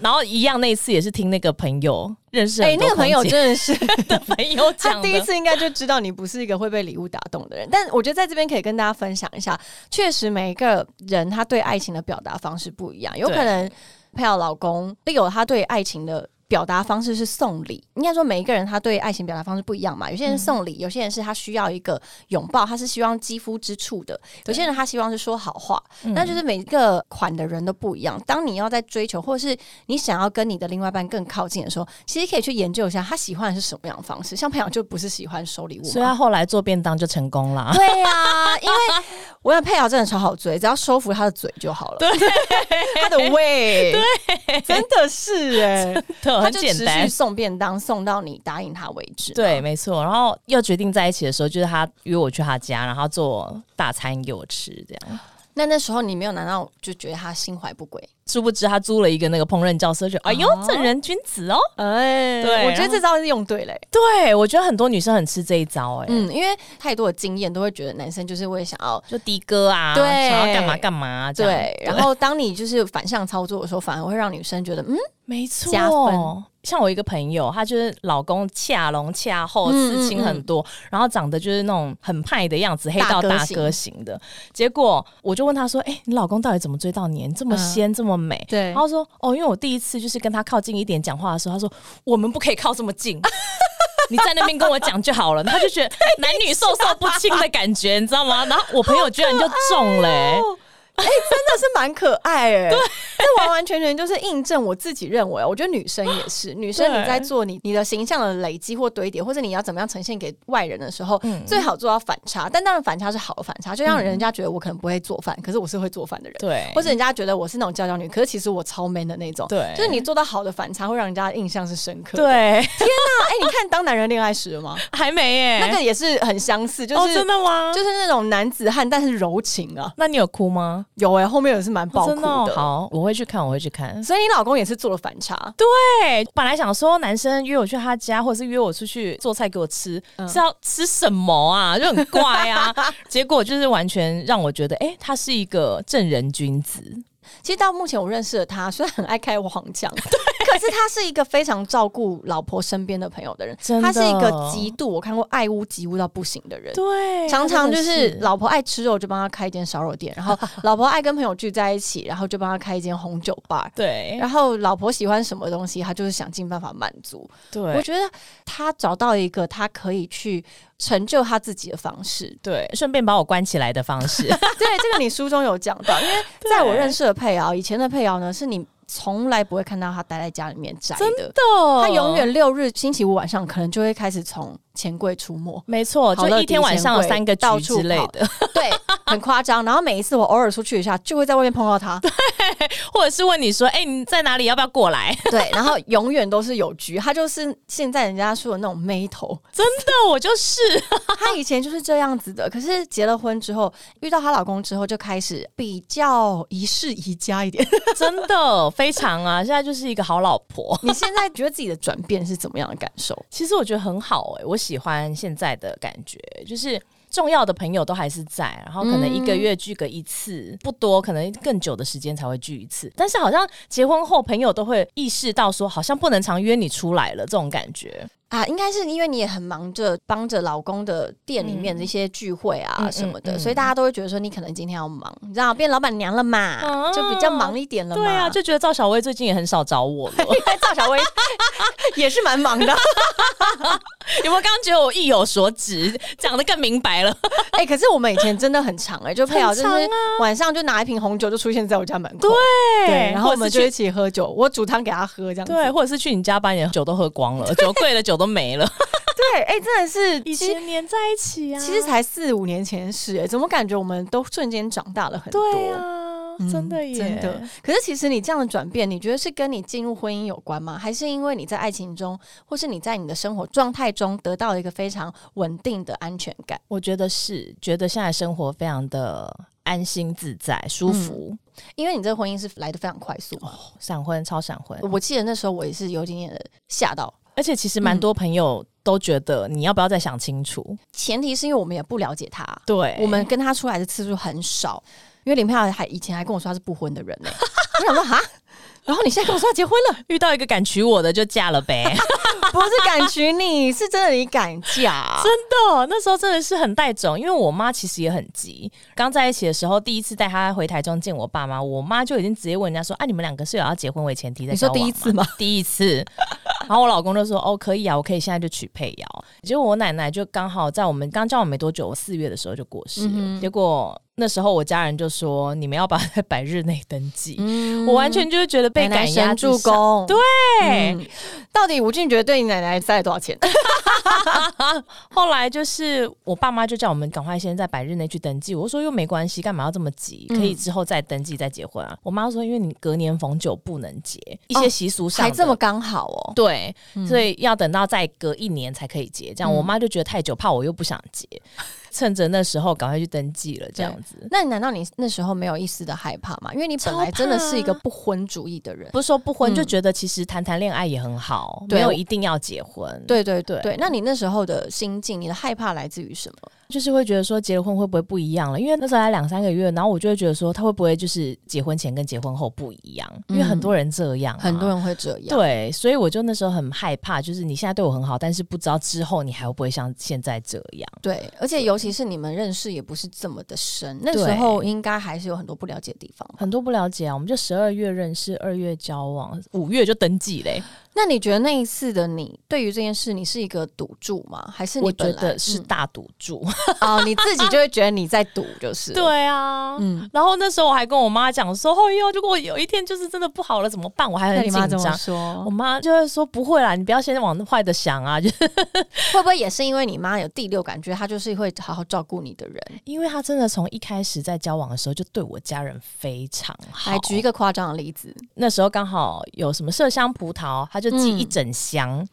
Speaker 3: 然后一样那一次也是听那个朋友认识，
Speaker 1: 哎、那个朋友真的 是，
Speaker 3: 的朋友
Speaker 1: 他
Speaker 3: 讲
Speaker 1: 第一
Speaker 3: 的。
Speaker 1: 次应该就知道你不是一个会被礼物打动的人。但我觉得在这边可以跟大家分享一下，确实每一个人他对爱情的表达方式不一样，有可
Speaker 3: 对
Speaker 1: 能配偶、老公都有他对爱情的。表达方式是送礼，应该说每一个人他对爱情表达方式不一样嘛。有些人送礼，有些人是他需要一个拥抱，他是希望肌肤之触的；有些人他希望是说好话，那就是每一个款的人都不一样。当你要在追求，或者是你想要跟你的另外一半更靠近的时候，其实可以去研究一下他喜欢的是什么样的方式。像朋友就不是喜欢收礼物
Speaker 3: 所以他
Speaker 1: 嘛。
Speaker 3: 后来做便当就成功了。
Speaker 1: 对呀、因为我想配偶真的超好追，只要收服他的嘴就好了。对，他的胃，对，真的是哎、
Speaker 3: 对，
Speaker 1: 他
Speaker 3: 很
Speaker 1: 就
Speaker 3: 简
Speaker 1: 持续
Speaker 3: 单。
Speaker 1: 送便当送到你答应他为止。
Speaker 3: 对，，啊没错。然后要决定在一起的时候，就是他约我去他家，然后做大餐给我吃，这样。
Speaker 1: 那那时候你没有难道就觉得他心怀不轨？
Speaker 3: 殊不知他租了一个那个烹饪教室，就哎呦
Speaker 1: 哦，
Speaker 3: 正人君子哦。
Speaker 1: 哎
Speaker 3: 对
Speaker 1: 我觉得这招是用对嘞、
Speaker 3: 对，我觉得很多女生很吃这一招，哎，
Speaker 1: 嗯，因为太多的经验都会觉得男生就是会想要
Speaker 3: 就的哥啊，
Speaker 1: 对
Speaker 3: 想要干嘛干嘛，这样
Speaker 1: 嗯对，然后当你就是反向操作的时候，反而会让女生觉得嗯，
Speaker 3: 没错，
Speaker 1: 加分
Speaker 3: 像我一个朋友，她就是老公恰龙恰后，
Speaker 1: 嗯
Speaker 3: 刺青很多，然后长得就是那种很派的样子，黑道
Speaker 1: 大哥
Speaker 3: 大
Speaker 1: 型
Speaker 3: 哥型的。结果我就问她说：“哎、你老公到底怎么追到你？你这么仙，这么美？”
Speaker 1: 嗯对
Speaker 3: 然后说：“哦，因为我第一次就是跟他靠近一点讲话的时候，他说我们不可以靠这么 近。”你在那边跟我讲就好了，他就觉得男女授受不亲的感觉，你知道吗？然后我朋友居然就中了、欸
Speaker 1: 哦哎、真的是蛮可爱哎、对， 这完完全全就是印证我自己认为，我觉得女生也是，女生
Speaker 3: 对
Speaker 1: 你在做你你的形象的累积或堆叠，或者你要怎么样呈现给外人的时候，
Speaker 3: 嗯
Speaker 1: 最好做到反差。但当然反差是好的反差，就让
Speaker 3: 嗯
Speaker 1: 人家觉得我可能不会做饭，可是我是会做饭的人，
Speaker 3: 对，
Speaker 1: 或者人家觉得我是那种娇娇女，可是其实我超 man 的那种。
Speaker 3: 对，
Speaker 1: 就是你做到好的反差，会让人家印象是深刻。啊，
Speaker 3: 对，
Speaker 1: 哎、你看《当男人恋爱时》了吗？
Speaker 3: 还没耶，
Speaker 1: 那个也是很相似，就是、
Speaker 3: 哎哦，真的吗？
Speaker 1: 就是那种男子汉，但是柔情啊，
Speaker 3: 那你有哭吗？
Speaker 1: 有哎、后面也是蛮爆
Speaker 3: 哦
Speaker 1: 哭
Speaker 3: 真的哦
Speaker 1: 的。
Speaker 3: 好，我会去看，我会去看。
Speaker 1: 所以你老公也是做了反差，
Speaker 3: 对，本来想说男生约我去他家，或者是约我出去做菜给我吃，
Speaker 1: 嗯
Speaker 3: 是要吃什么啊？就很怪啊。 结果就是完全让我觉得，哎、他是一个正人君子。
Speaker 1: 其实到目前我认识的他，虽然很爱开黄腔，可是他是一个非常照顾老婆身边的朋友的人，
Speaker 3: 真的
Speaker 1: 他是一个极度我看过爱屋及乌到不行的人。
Speaker 3: 对
Speaker 1: 常常就
Speaker 3: 真的
Speaker 1: 是老婆爱吃肉，就帮他开一间烧肉店； 然后老婆爱跟朋友聚在一起，然后就帮他开一间红酒吧。
Speaker 3: 对
Speaker 1: 然后老婆喜欢什么东西，他就是想尽办法满足。我
Speaker 3: 对
Speaker 1: 觉得他找到一个他可以去成就他自己的方 式，
Speaker 3: 对，顺便把我关起来的方 式。，
Speaker 1: 对，这个你书中有讲到，因为在我认识的佩瑶，以前的佩瑶呢，是你从来不会看到她待在家里面宅的，她永远六日、星期五晚上可能就会开始从钱柜出没
Speaker 3: 没错，就
Speaker 1: 好乐
Speaker 3: 一天
Speaker 1: 迪
Speaker 3: 晚
Speaker 1: 钱
Speaker 3: 上有
Speaker 1: 柜
Speaker 3: 三个
Speaker 1: 到
Speaker 3: 局之
Speaker 1: 处
Speaker 3: 类
Speaker 1: 跑
Speaker 3: 的，
Speaker 1: 对， 很夸张。然后每一次我偶尔出去一下，就会在外面碰到她，
Speaker 3: 或者是问你说，哎、你在哪里？要不要过 来？
Speaker 1: 对，然后永远都是有局，她就是现在人家说的那种妹 头，
Speaker 3: 真的，我就是
Speaker 1: 她以前就是这样子的，可是结了婚之后，遇到她老公之后，就开始比较一世宜家 一点。
Speaker 3: 真的非常啊，现在就是一个好老婆。
Speaker 1: 你现在觉得自己的转变是怎么样的感受？
Speaker 3: 其实我觉得很好哎、我喜欢现在的感觉，就是。重要的朋友都还是在，然后可能
Speaker 1: 嗯
Speaker 3: 一个月聚个一次，不多，可能更久的时间才会聚一次。但是好像结婚后，朋友都会意识到说，好像不能常约你出来了这种感觉。
Speaker 1: 啊，应该是因为你也很忙着帮着老公的店里面的一些聚会
Speaker 3: 嗯
Speaker 1: 啊
Speaker 3: 嗯
Speaker 1: 什么的，
Speaker 3: 嗯嗯
Speaker 1: 所以大家都会觉得说你可能今天要忙，你知道变老板娘了嘛，
Speaker 3: 啊
Speaker 1: 就比较忙一点了嘛。
Speaker 3: 对啊，就觉得赵小薇最近也很少找 我了。
Speaker 1: 因为 赵小薇也是蛮忙的，
Speaker 3: 有没有刚刚觉得我意有所指，讲的更明白了？
Speaker 1: 哎、可是我们以前真的很长哎、就佩瑶就
Speaker 3: 很
Speaker 1: 是
Speaker 3: 长啊
Speaker 1: 晚上就拿一瓶红酒就出现在我家门口，对，然后我们就一起喝酒，我煮汤给他喝这样子，
Speaker 3: 对，或者是去你家把你的酒都喝光 了，酒柜的酒都没了。
Speaker 1: 对，哎、真的是
Speaker 3: 以
Speaker 1: 其实
Speaker 3: 前黏在一起啊，
Speaker 1: 其实才四五年前的事哎、怎么感觉我们都瞬间长大了很多？嗯
Speaker 3: 对啊，真的耶，
Speaker 1: 真的。可是其实你这样的转变，你觉得是跟你进入婚姻有关吗？还是因为你在爱情中，或是你在你的生活状态中得到了一个非常稳定的安全感？
Speaker 3: 我觉得是，觉得现在生活非常的安心自在、舒服，
Speaker 1: 因为你这个婚姻是来的非常快速嘛。
Speaker 3: 闪婚超闪婚，
Speaker 1: 我记得那时候我也是有一点点的吓到，
Speaker 3: 而且其实蛮多朋友都觉得你要不要再想清楚？
Speaker 1: 前提是因为我们也不了解他，
Speaker 3: 对
Speaker 1: 我们跟他出来的次数很少。因为林佩瑶还以前还跟我说她是不婚的人呢、我想说哈，然后你现在跟我说她结婚了，
Speaker 3: 遇到一个敢娶我的就嫁了呗，
Speaker 1: 不是敢娶你，是真的你敢嫁，
Speaker 3: 真的，那时候真的是很带种，因为我妈其实也很急。刚在一起的时候，第一次带她回台中见我爸妈，我妈就已经直接问人家说：“啊，你们两个是有要结婚为前提在
Speaker 1: 你说
Speaker 3: 交往
Speaker 1: 第一次吗？
Speaker 3: 第一次。然后我老公就说：“哦，可以啊，我可以现在就娶佩瑶。”结果我奶奶就刚好在我们刚交往没多久，我四月的时候就过世了。
Speaker 1: 嗯哼
Speaker 3: 结果那时候我家人就说：“你们要把在百日内登记。
Speaker 1: 嗯
Speaker 3: 我完全就是觉得被
Speaker 1: 奶奶
Speaker 3: 赶压
Speaker 1: 神
Speaker 3: 制
Speaker 1: 助
Speaker 3: 上，
Speaker 1: 攻，
Speaker 3: 对
Speaker 1: 嗯到底吴俊觉得对你奶奶塞了多少钱？
Speaker 3: 后来就是我爸妈就叫我们赶快先在百日内去登记，我说又没关系，干嘛要这么急？可以之后再登记再结婚
Speaker 1: 嗯
Speaker 3: 啊。我妈说，因为你隔年逢九不能结，一些习俗上的、
Speaker 1: 哦还这么刚好哦。
Speaker 3: 对，所以要等到再隔一年才可以结。
Speaker 1: 嗯
Speaker 3: 这样、我妈就觉得太久，怕我又不想结， 趁着那时候赶快去登记了，这样子。
Speaker 1: 那你难道你那时候没有一丝的害怕吗？因为你本来真的是一个不婚主义的人。
Speaker 3: 不是说不婚，
Speaker 1: 嗯
Speaker 3: 就觉得其实谈谈恋爱也很好，
Speaker 1: 对
Speaker 3: 没有
Speaker 1: 我
Speaker 3: 一定要结婚。，
Speaker 1: 对对
Speaker 3: 对
Speaker 1: 对对，那你那时候的心境，你的害怕来自于什么？
Speaker 3: 就是会觉得说结了婚会不会不一样了？因为那时候才两三个月，然后我就会觉得说他会不会就是结婚前跟结婚后不一样？因为
Speaker 1: 嗯
Speaker 3: 很多人这样啊、
Speaker 1: 很多人会这样。
Speaker 3: 对，所以我就那时候很害怕，就是你现在对我很好，但是不知道之后你还会不会像现在这样？
Speaker 1: 对，而且尤其是你们认识也不是这么的深，那时
Speaker 3: 对
Speaker 1: 候应该还是有很多不了解的地方吧。
Speaker 3: 很多不了解啊，我们就十二月认识，二月交往，五月就登记嘞、
Speaker 1: 那你觉得那一次的你，对于这件事，你是一个赌注吗？还是你
Speaker 3: 我觉
Speaker 1: 本来
Speaker 3: 得是
Speaker 1: 嗯
Speaker 3: 大赌注，
Speaker 1: 哦，你自己就会觉得你在赌，就是了
Speaker 3: 对啊，
Speaker 1: 嗯，
Speaker 3: 然后那时候我还跟我妈讲说，哎呦，如果有一天就是真的不好了怎么办？我还
Speaker 1: 那
Speaker 3: 很
Speaker 1: 你
Speaker 3: 紧
Speaker 1: 妈怎么
Speaker 3: 张。我
Speaker 1: 说？
Speaker 3: 妈就会说不会啦，你不要先往坏的想啊，就是
Speaker 1: 会不会也是因为你妈有第六感觉，她就是会好好照顾你的人？
Speaker 3: 因为她真的从一开始在交往的时候就对我家人非常好。
Speaker 1: 来举一个夸张的例子，
Speaker 3: 那时候刚好有什么麝香葡萄，她就寄
Speaker 1: 嗯
Speaker 3: 一整箱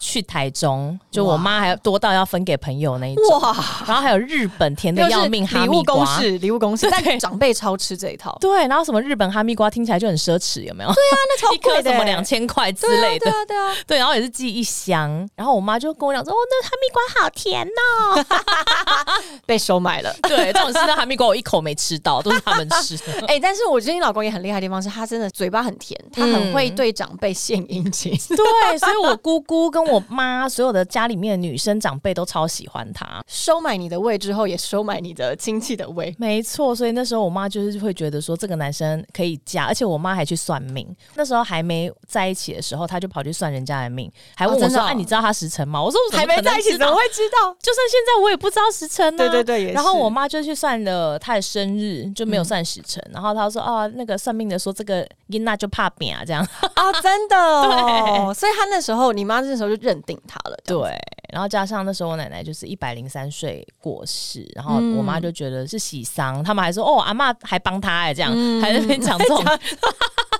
Speaker 3: 去台中，就我妈还多到要分给朋友那一种。
Speaker 1: 哇，
Speaker 3: 然后还有日本甜的要命哈
Speaker 1: 礼
Speaker 3: 密
Speaker 1: 物公
Speaker 3: 瓜。
Speaker 1: 式，礼物公式，但长辈超吃这一套，
Speaker 3: 对，然后什么日本哈密瓜听起来就很奢侈，有没有？
Speaker 1: 那超 欸
Speaker 3: 一颗什么两千块之类的
Speaker 1: 啊对，啊，对啊，对啊
Speaker 3: 对，然后也是寄一箱，然后我妈就跟我讲说：“哦，那哈密瓜好甜 哦。
Speaker 1: 被收买了”。
Speaker 3: 对，这种事的哈密瓜我一口没吃到，都是他们吃的。
Speaker 1: 哎、但是我觉得你老公也很厉害的地方是他真的嘴巴很甜，他
Speaker 3: 嗯
Speaker 1: 很会对长辈献殷勤。
Speaker 3: 对，所以我姑姑跟我妈所有的家里面的女生长辈都超喜欢她。
Speaker 1: 收买你的胃之后，也收买你的亲戚的胃。
Speaker 3: 没错，所以那时候我妈就是会觉得说这个男生可以嫁，而且我妈还去算命。那时候还没在一起的时候，她就跑去算人家的命，还问
Speaker 1: 哦
Speaker 3: 我
Speaker 1: 真
Speaker 3: 说：“
Speaker 1: 的哦
Speaker 3: 哎、你知道他时辰吗？”我说：“我怎么
Speaker 1: 还没
Speaker 3: 可能
Speaker 1: 在一起
Speaker 3: 知
Speaker 1: 怎
Speaker 3: 道
Speaker 1: 么会知道？
Speaker 3: 就算现在我也不知道时辰呢、
Speaker 1: 对对对也是
Speaker 3: 然后我妈就去算了她的生日，就没有算时辰。然后她说：“啊，那个算命的说这个伊娜就怕扁啊，这样。
Speaker 1: 啊，真的哦。所以他那时候，你妈那时候就认定他了。”这样子，
Speaker 3: 对，然后加上那时候我奶奶就是一百零三岁过世，然后
Speaker 1: 嗯
Speaker 3: 我妈就觉得是喜丧，他们还说：“哦，阿妈还帮她哎、这样、
Speaker 1: 嗯
Speaker 3: 还在那边讲这 种。”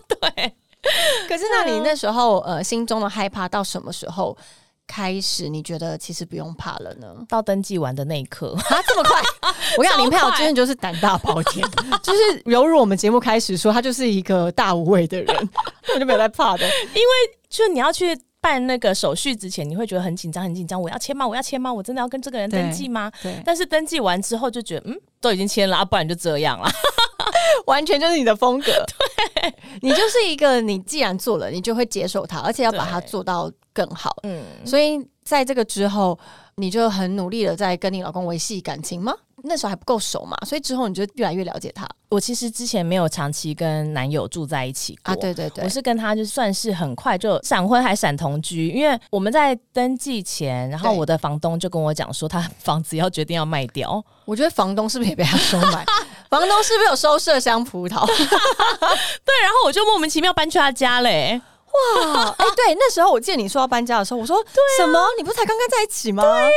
Speaker 3: 对，
Speaker 1: 可是那你那时候呃，心中的害怕到什么时候开始？你觉得其实不用怕了呢？
Speaker 3: 到登记完的那一刻，
Speaker 1: 啊，这么快！我跟你讲，林佩瑶真的就是胆大包天， 就是犹如我们节目开始说，她就是一个大无畏的人， 根本就没有在怕的。
Speaker 3: 就你要去。办那个手续之前，你会觉得很紧张，很紧张。我要签吗？我要签吗？我真的要跟这个人登
Speaker 1: 对
Speaker 3: 记吗？
Speaker 1: 对，
Speaker 3: 但是登记完之后就觉得，嗯，都已经签了，啊、不然就这样啦。
Speaker 1: 完全就是你的风格。 对，你就是一个，你既然做了，你就会接受它，而且要把它
Speaker 3: 对
Speaker 1: 做到更好。
Speaker 3: 嗯，
Speaker 1: 所以在这个之后，你就很努力的在跟你老公维系感情吗？那时候还不够熟嘛，所以之后你就越来越了解他
Speaker 3: 我其实之前没有长期跟男友住在一起过。
Speaker 1: 啊。对对对，
Speaker 3: 我是跟他就算是很快就闪婚还闪同居，因为我们在登记前，然后
Speaker 1: 对
Speaker 3: 我的房东就跟我讲说，他房子要决定要卖 掉，
Speaker 1: 我觉得房东是不是也被他收 买？房东是不是有收麝香葡 萄？
Speaker 3: 对，然后我就莫名其妙搬去他家嘞、
Speaker 1: 哇，哎、对，那时候我记得你说要搬家的时候，我说、什么？你不是才刚刚在一起吗？对呀、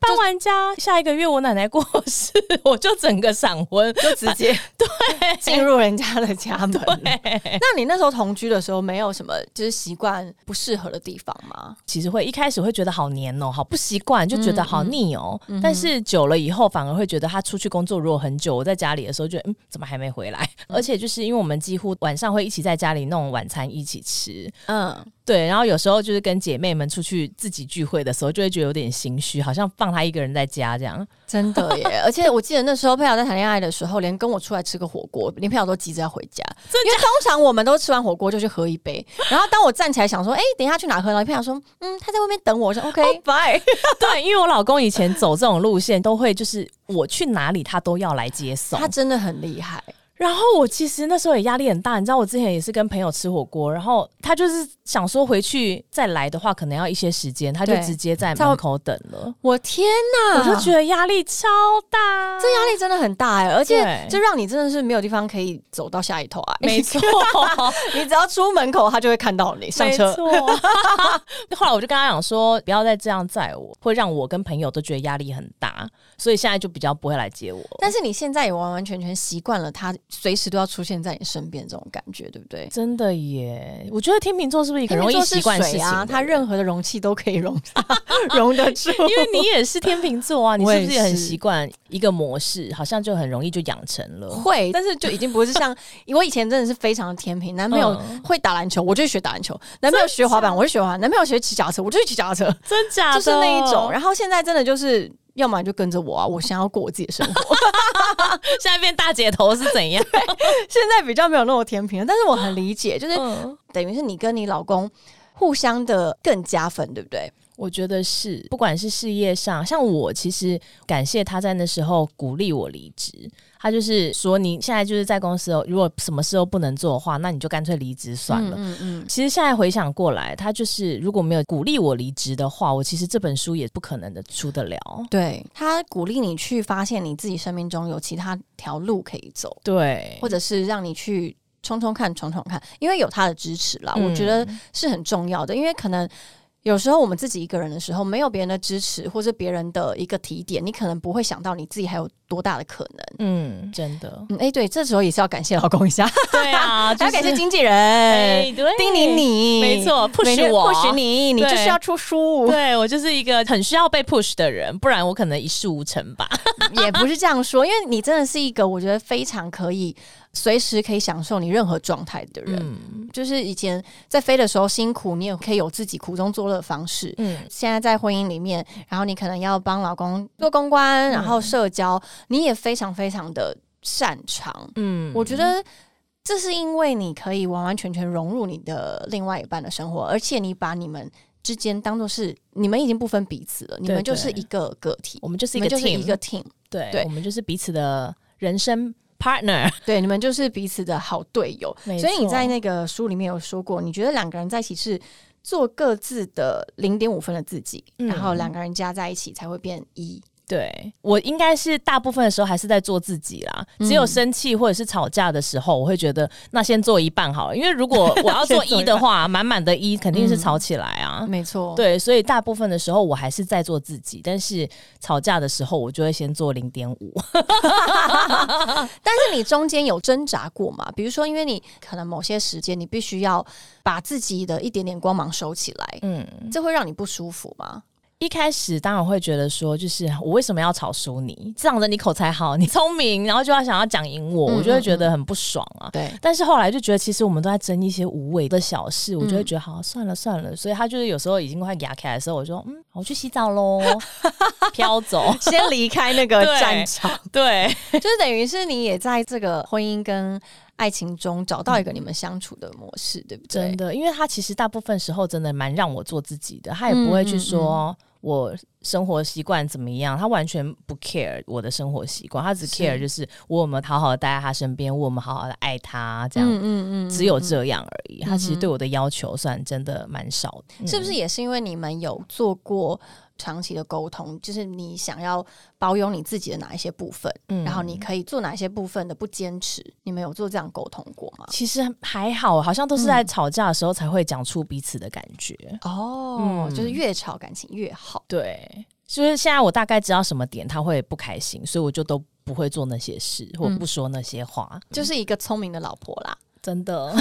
Speaker 3: 搬完家下一个月我奶奶过世，我就整个闪婚，
Speaker 1: 就直接对进入人家的家门。那你那时候同居的时候，没有什么就是习惯不适合的地方吗？
Speaker 3: 其实会一开始会觉得好黏哦，好不习惯，就觉得好腻哦。
Speaker 1: 嗯
Speaker 3: 但是久了以后，反而会觉得他出去工作如果很久，我在家里的时候觉得，嗯，怎么还没回来？
Speaker 1: 嗯
Speaker 3: 而且就是因为我们几乎晚上会一起在家里弄晚餐一起吃，
Speaker 1: 嗯，
Speaker 3: 对。然后有时候就是跟姐妹们出去自己聚会的时候，就会觉得有点心虚，好像放他一个人在家这样。
Speaker 1: 真 的耶！而且我记得那时候佩瑶在谈恋爱的时候，连跟我出来吃个火锅，连佩瑶都急着要回家，因为通常我们都吃完火锅就去喝一杯。然后当我站起来想说，哎、等一下去哪喝呢？佩瑶说，嗯，他在外面等 我。我说 OK，
Speaker 3: 拜。对，因为我老公以前走这种路线，都会就是我去哪里他都要来接送
Speaker 1: 他。真的很厉害。
Speaker 3: 然后我其实那时候也压力很大，你知道，我之前也是跟朋友吃火锅，然后他就是想说回去再来的话，可能要一些时间，他就
Speaker 1: 对嗯
Speaker 3: 直接在门口等了。
Speaker 1: 我天哪！
Speaker 3: 我就觉得压力超大，
Speaker 1: 这压力真的很大哎、而且
Speaker 3: 对
Speaker 1: 这让你真的是没有地方可以走到下一头啊！
Speaker 3: 没 错，
Speaker 1: 你只要出门口，他就会看到你上车
Speaker 3: 没。错。 后来我就跟他讲说，不要再这样载我，会让我跟朋友都觉得压力很大，所以现在就比较不会来接我。
Speaker 1: 但是你现在也完完全全习惯了他随时都要出现在你身边这种感觉，对不对？
Speaker 3: 真的耶，我觉得天秤座是不是很容易
Speaker 1: 天秤座
Speaker 3: 习惯
Speaker 1: 是
Speaker 3: 事
Speaker 1: 水
Speaker 3: 情
Speaker 1: 啊，
Speaker 3: 的
Speaker 1: 他任何的容器都可以容 容得住。因
Speaker 3: 因为你也是天秤座 啊，你
Speaker 1: 我
Speaker 3: 是
Speaker 1: 也
Speaker 3: 不是也很
Speaker 1: 是
Speaker 3: 习惯一个模式，好像就很容易就养成 了？
Speaker 1: 会，但是就已经不是像 我以前真的是非常的天平，男朋友
Speaker 3: 嗯
Speaker 1: 会打篮球，我就去学打篮球；男朋友学滑板，我就学滑板；男朋友学骑脚踏车，我就去骑脚踏车。
Speaker 3: 真假
Speaker 1: 就是那一种。
Speaker 3: 然后
Speaker 1: 然后现啊在真的哦就是，要么你就跟着我啊，我想要过我自己的生活。
Speaker 3: 现在变大姐头是怎样？
Speaker 1: 现在比较没有那么天平了，但是我很理解，就是
Speaker 3: 嗯，
Speaker 1: 等于是你跟你老公互相的更加分，对不对？
Speaker 3: 我觉得是，不管是事业上，像我其实感谢他在那时候鼓励我离职，他他就是说你现在就是在公司哦，如果什么事都不能做的话，那你就干脆离职算了。
Speaker 1: 嗯嗯
Speaker 3: 其实现在回想过来，他就是如果没有鼓励我离职的话，我其实这本书也不可能的出得了。
Speaker 1: 对他鼓励你去发现你自己生命中有其他条路可以走，
Speaker 3: 对
Speaker 1: 或者是让你去冲冲看、闯闯看，因为有他的支持啦，
Speaker 3: 嗯
Speaker 1: 我觉得是很重要的。因为可能有时候我们自己一个人的时候，没有别人的支持或者别人的一个提点，你可能不会想到你自己还有多大的可能。，
Speaker 3: 嗯，真的
Speaker 1: 嗯，哎、对，这时候也是要感谢老公一下，
Speaker 3: 对啊，就
Speaker 1: 还要
Speaker 3: 是
Speaker 1: 感谢经纪人、
Speaker 3: 哎，对，
Speaker 1: 叮咛你，
Speaker 3: 没，错
Speaker 1: 每
Speaker 3: ，push
Speaker 1: 天
Speaker 3: 我
Speaker 1: push 你，你
Speaker 3: 对
Speaker 1: 就是要出书，
Speaker 3: 对我就是一个很需要被 push 的人，不然我可能一事无成吧。
Speaker 1: 也不是这样说，因为你真的是一个我觉得非常可以随时可以享受你任何状态的人。
Speaker 3: 嗯
Speaker 1: 就是以前在飞的时候辛苦，你也可以有自己苦中作乐的方式。
Speaker 3: 嗯，
Speaker 1: 现在在婚姻里面，然后你可能要帮老公做公关，然
Speaker 3: 嗯
Speaker 1: 后社交，你也非常非常的擅长。
Speaker 3: 嗯
Speaker 1: 我觉得这是因为你可以完完全全融入你的另外一半的生活，而且你把你们之间当做是你们已经不分彼此了，你们
Speaker 3: 对
Speaker 1: 就是一个个体，
Speaker 3: 我们就是一
Speaker 1: 你们
Speaker 3: 个
Speaker 1: 就是一
Speaker 3: team，
Speaker 1: 个 team。
Speaker 3: 对，
Speaker 1: 对
Speaker 3: 我们就是彼此的人生 partner。
Speaker 1: 对，你们就是彼此的好队友。
Speaker 3: 没
Speaker 1: 所以你
Speaker 3: 错
Speaker 1: 在那个书里面有说过，你觉得两个人在一起是做各自的零点五分的自己，
Speaker 3: 嗯
Speaker 1: 然后两个人加在一起才会变一。
Speaker 3: 对我应该是大部分的时候还是在做自己啦，只有
Speaker 1: 嗯
Speaker 3: 生气或者是吵架的时候，我会觉得那先做一半好了，因为如果我要做
Speaker 1: 先做一
Speaker 3: 一的 话，满满的一肯定是吵起来啊。
Speaker 1: 没错，
Speaker 3: 对，所以大部分的时候我还是在做自己，但是吵架的时候我就会先做零点五。
Speaker 1: 但是你中间有挣扎过吗？比如说，因为你可能某些时间你必须要把自己的一点点光芒收起来，
Speaker 3: 嗯，
Speaker 1: 这会让你不舒服吗？
Speaker 3: 一开始当然会觉得说，就是我为什么要吵输你？这样的你口才好，你聪明，然后就要想要讲赢我，
Speaker 1: 嗯
Speaker 3: 我就会觉得很不爽啊。
Speaker 1: 对，
Speaker 3: 但是后来就觉得，其实我们都在争一些无谓的小事，我就会
Speaker 1: 嗯
Speaker 3: 觉得好算了算了。所以他就是有时候已经快牙起来的时候，我就说嗯，我去洗澡 喽，飘走。
Speaker 1: 先离开 那个
Speaker 3: 对
Speaker 1: 战场，
Speaker 3: 对
Speaker 1: 就是等于是你也在这个婚姻跟爱情中找到一个你们相处的模式，对不对？
Speaker 3: 真的，因为他其实大部分时候真的蛮让我做自己的，他也不会
Speaker 1: 嗯
Speaker 3: 去说我生活习惯怎么样，他完全不 care 我的生活习惯，他只
Speaker 1: 是
Speaker 3: care 就是我有没有好好的待在他身边，我有没有好好的爱他，这样、
Speaker 1: 嗯
Speaker 3: 只有这样而已。他其
Speaker 1: 嗯
Speaker 3: 实
Speaker 1: 哼
Speaker 3: 对我的要求算真的蛮少的，嗯
Speaker 1: 是不是也是因为你们有做过长期的沟通，就是你想要保有你自己的哪一些部分，
Speaker 3: 嗯
Speaker 1: 然后你可以做哪一些部分的不坚持，你们有做这样沟通过吗？
Speaker 3: 其实还好，好像都是在
Speaker 1: 嗯
Speaker 3: 吵架的时候才会讲出彼此的感觉。
Speaker 1: 哦，
Speaker 3: 嗯
Speaker 1: 就是越吵感情越好。
Speaker 3: 对，就是现在我大概知道什么点他会不开心，所以我就都不会做那些事，或
Speaker 1: 嗯
Speaker 3: 不说那些话。
Speaker 1: 就是一个聪明的老婆啦，
Speaker 3: 真的，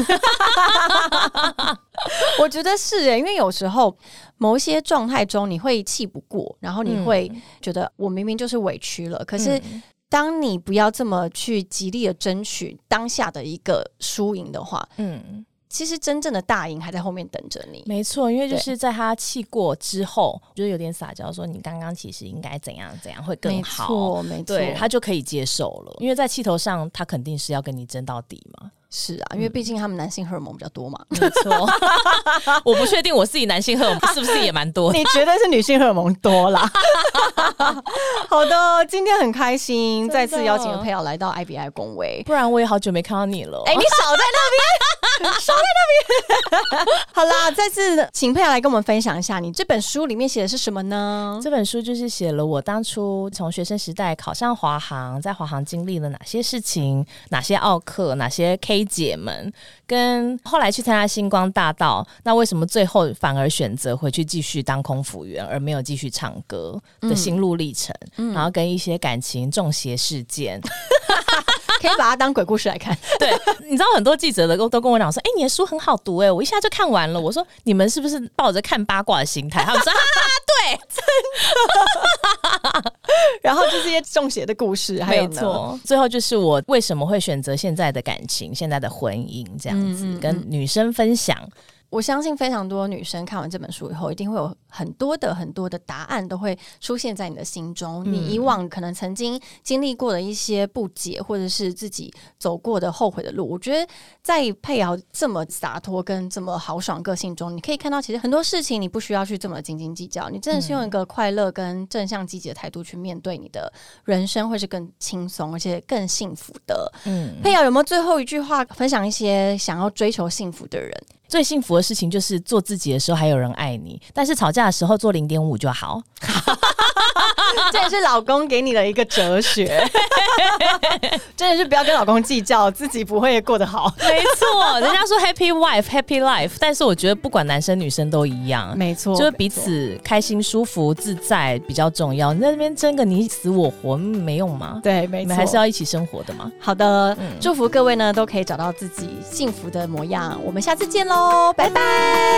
Speaker 1: 我觉得是诶、欸因为有时候某一些状态中你会气不过，然后你会觉得我明明就是委屈了，可是
Speaker 3: 嗯
Speaker 1: 当你不要这么去极力的争取当下的一个输赢的话，
Speaker 3: 嗯，
Speaker 1: 其实真正的大赢还在后面等着你。
Speaker 3: 没错，因为就
Speaker 1: 对
Speaker 3: 是在他气过之后，就是有点撒娇说你刚刚其实应该怎样怎样会更好。
Speaker 1: 没错，没错，
Speaker 3: 对他就可以接受了，因为在气头上，他肯定是要跟你争到底嘛。
Speaker 1: 是啊，因为毕竟他们男性荷尔蒙比较多嘛。
Speaker 3: 没 错，我不确定我自己男性荷尔蒙是不是也蛮多的。
Speaker 1: 你绝对是女性荷尔蒙多 啦。好的，今天很开
Speaker 3: 真
Speaker 1: 心，
Speaker 3: 的
Speaker 1: 再次邀请了佩瑶来到 IBI 公 维。
Speaker 3: 不然我也好久没看到你了。
Speaker 1: 哎、你少在那边， 少在那边。好 啦，再次请佩瑶来跟我们分享一下，你这本书里面写的是什么 呢？
Speaker 3: 这本书就是写了我当初从学生时代考上华航，在华航经历了哪些事情，哪些奥克，哪些 K 姐们，跟后来去参加星光大道，那为什么最后反而选择回去继续当空服员，而没有继续唱歌的心路历程，然后跟一些感情中邪事件。
Speaker 1: 可以把它当鬼故事来看。
Speaker 3: 对，你知道很多记者的都跟我讲说，哎、你的书很好读、哎，我一下就看完了。我说你们是不是抱着看八卦的心态？他们说， 哈哈对，
Speaker 1: 然后就是一些中邪的故事，还有
Speaker 3: 没
Speaker 1: 呢，
Speaker 3: 错，最后就是我为什么会选择现在的感情、现在的婚姻这样子，
Speaker 1: 嗯嗯嗯
Speaker 3: 跟女生分享
Speaker 1: 我相信非常多女生看完这本书以后，一定会有很多的很多的答案都会出现在你的心中。你以往可能曾经经历过的一些不解，或者是自己走过的后悔的路，我觉得在佩瑶这么洒脱跟这么豪爽个性中，你可以看到，其实很多事情你不需要去这么斤斤计较，你真的是用一个快乐跟正向积极的态度去面对你的人生，会是更轻松而且更幸福的。
Speaker 3: 嗯，
Speaker 1: 佩瑶有没有最后一句话分享一些想要追求幸福的人？
Speaker 3: 最幸福的事情就是做自己的时候还有人爱你，但是吵架的时候做零点五就好。
Speaker 1: 这也是老公给你的一个哲学，真的是不要跟老公计较，自己不会过得好。
Speaker 3: 没错， 人家说 happy wife happy life，但是我觉得不管男生女生都一样，
Speaker 1: 没错
Speaker 3: 就是彼此开心、舒服、自在比较重要。你在那边争个你死我活嗯没用嘛，
Speaker 1: 对，没
Speaker 3: 你
Speaker 1: 错，嗯
Speaker 3: 们还是要一起生活的嘛。
Speaker 1: 好的。祝福各位呢，都可以找到自己幸福的模样。我们下次见喽，拜拜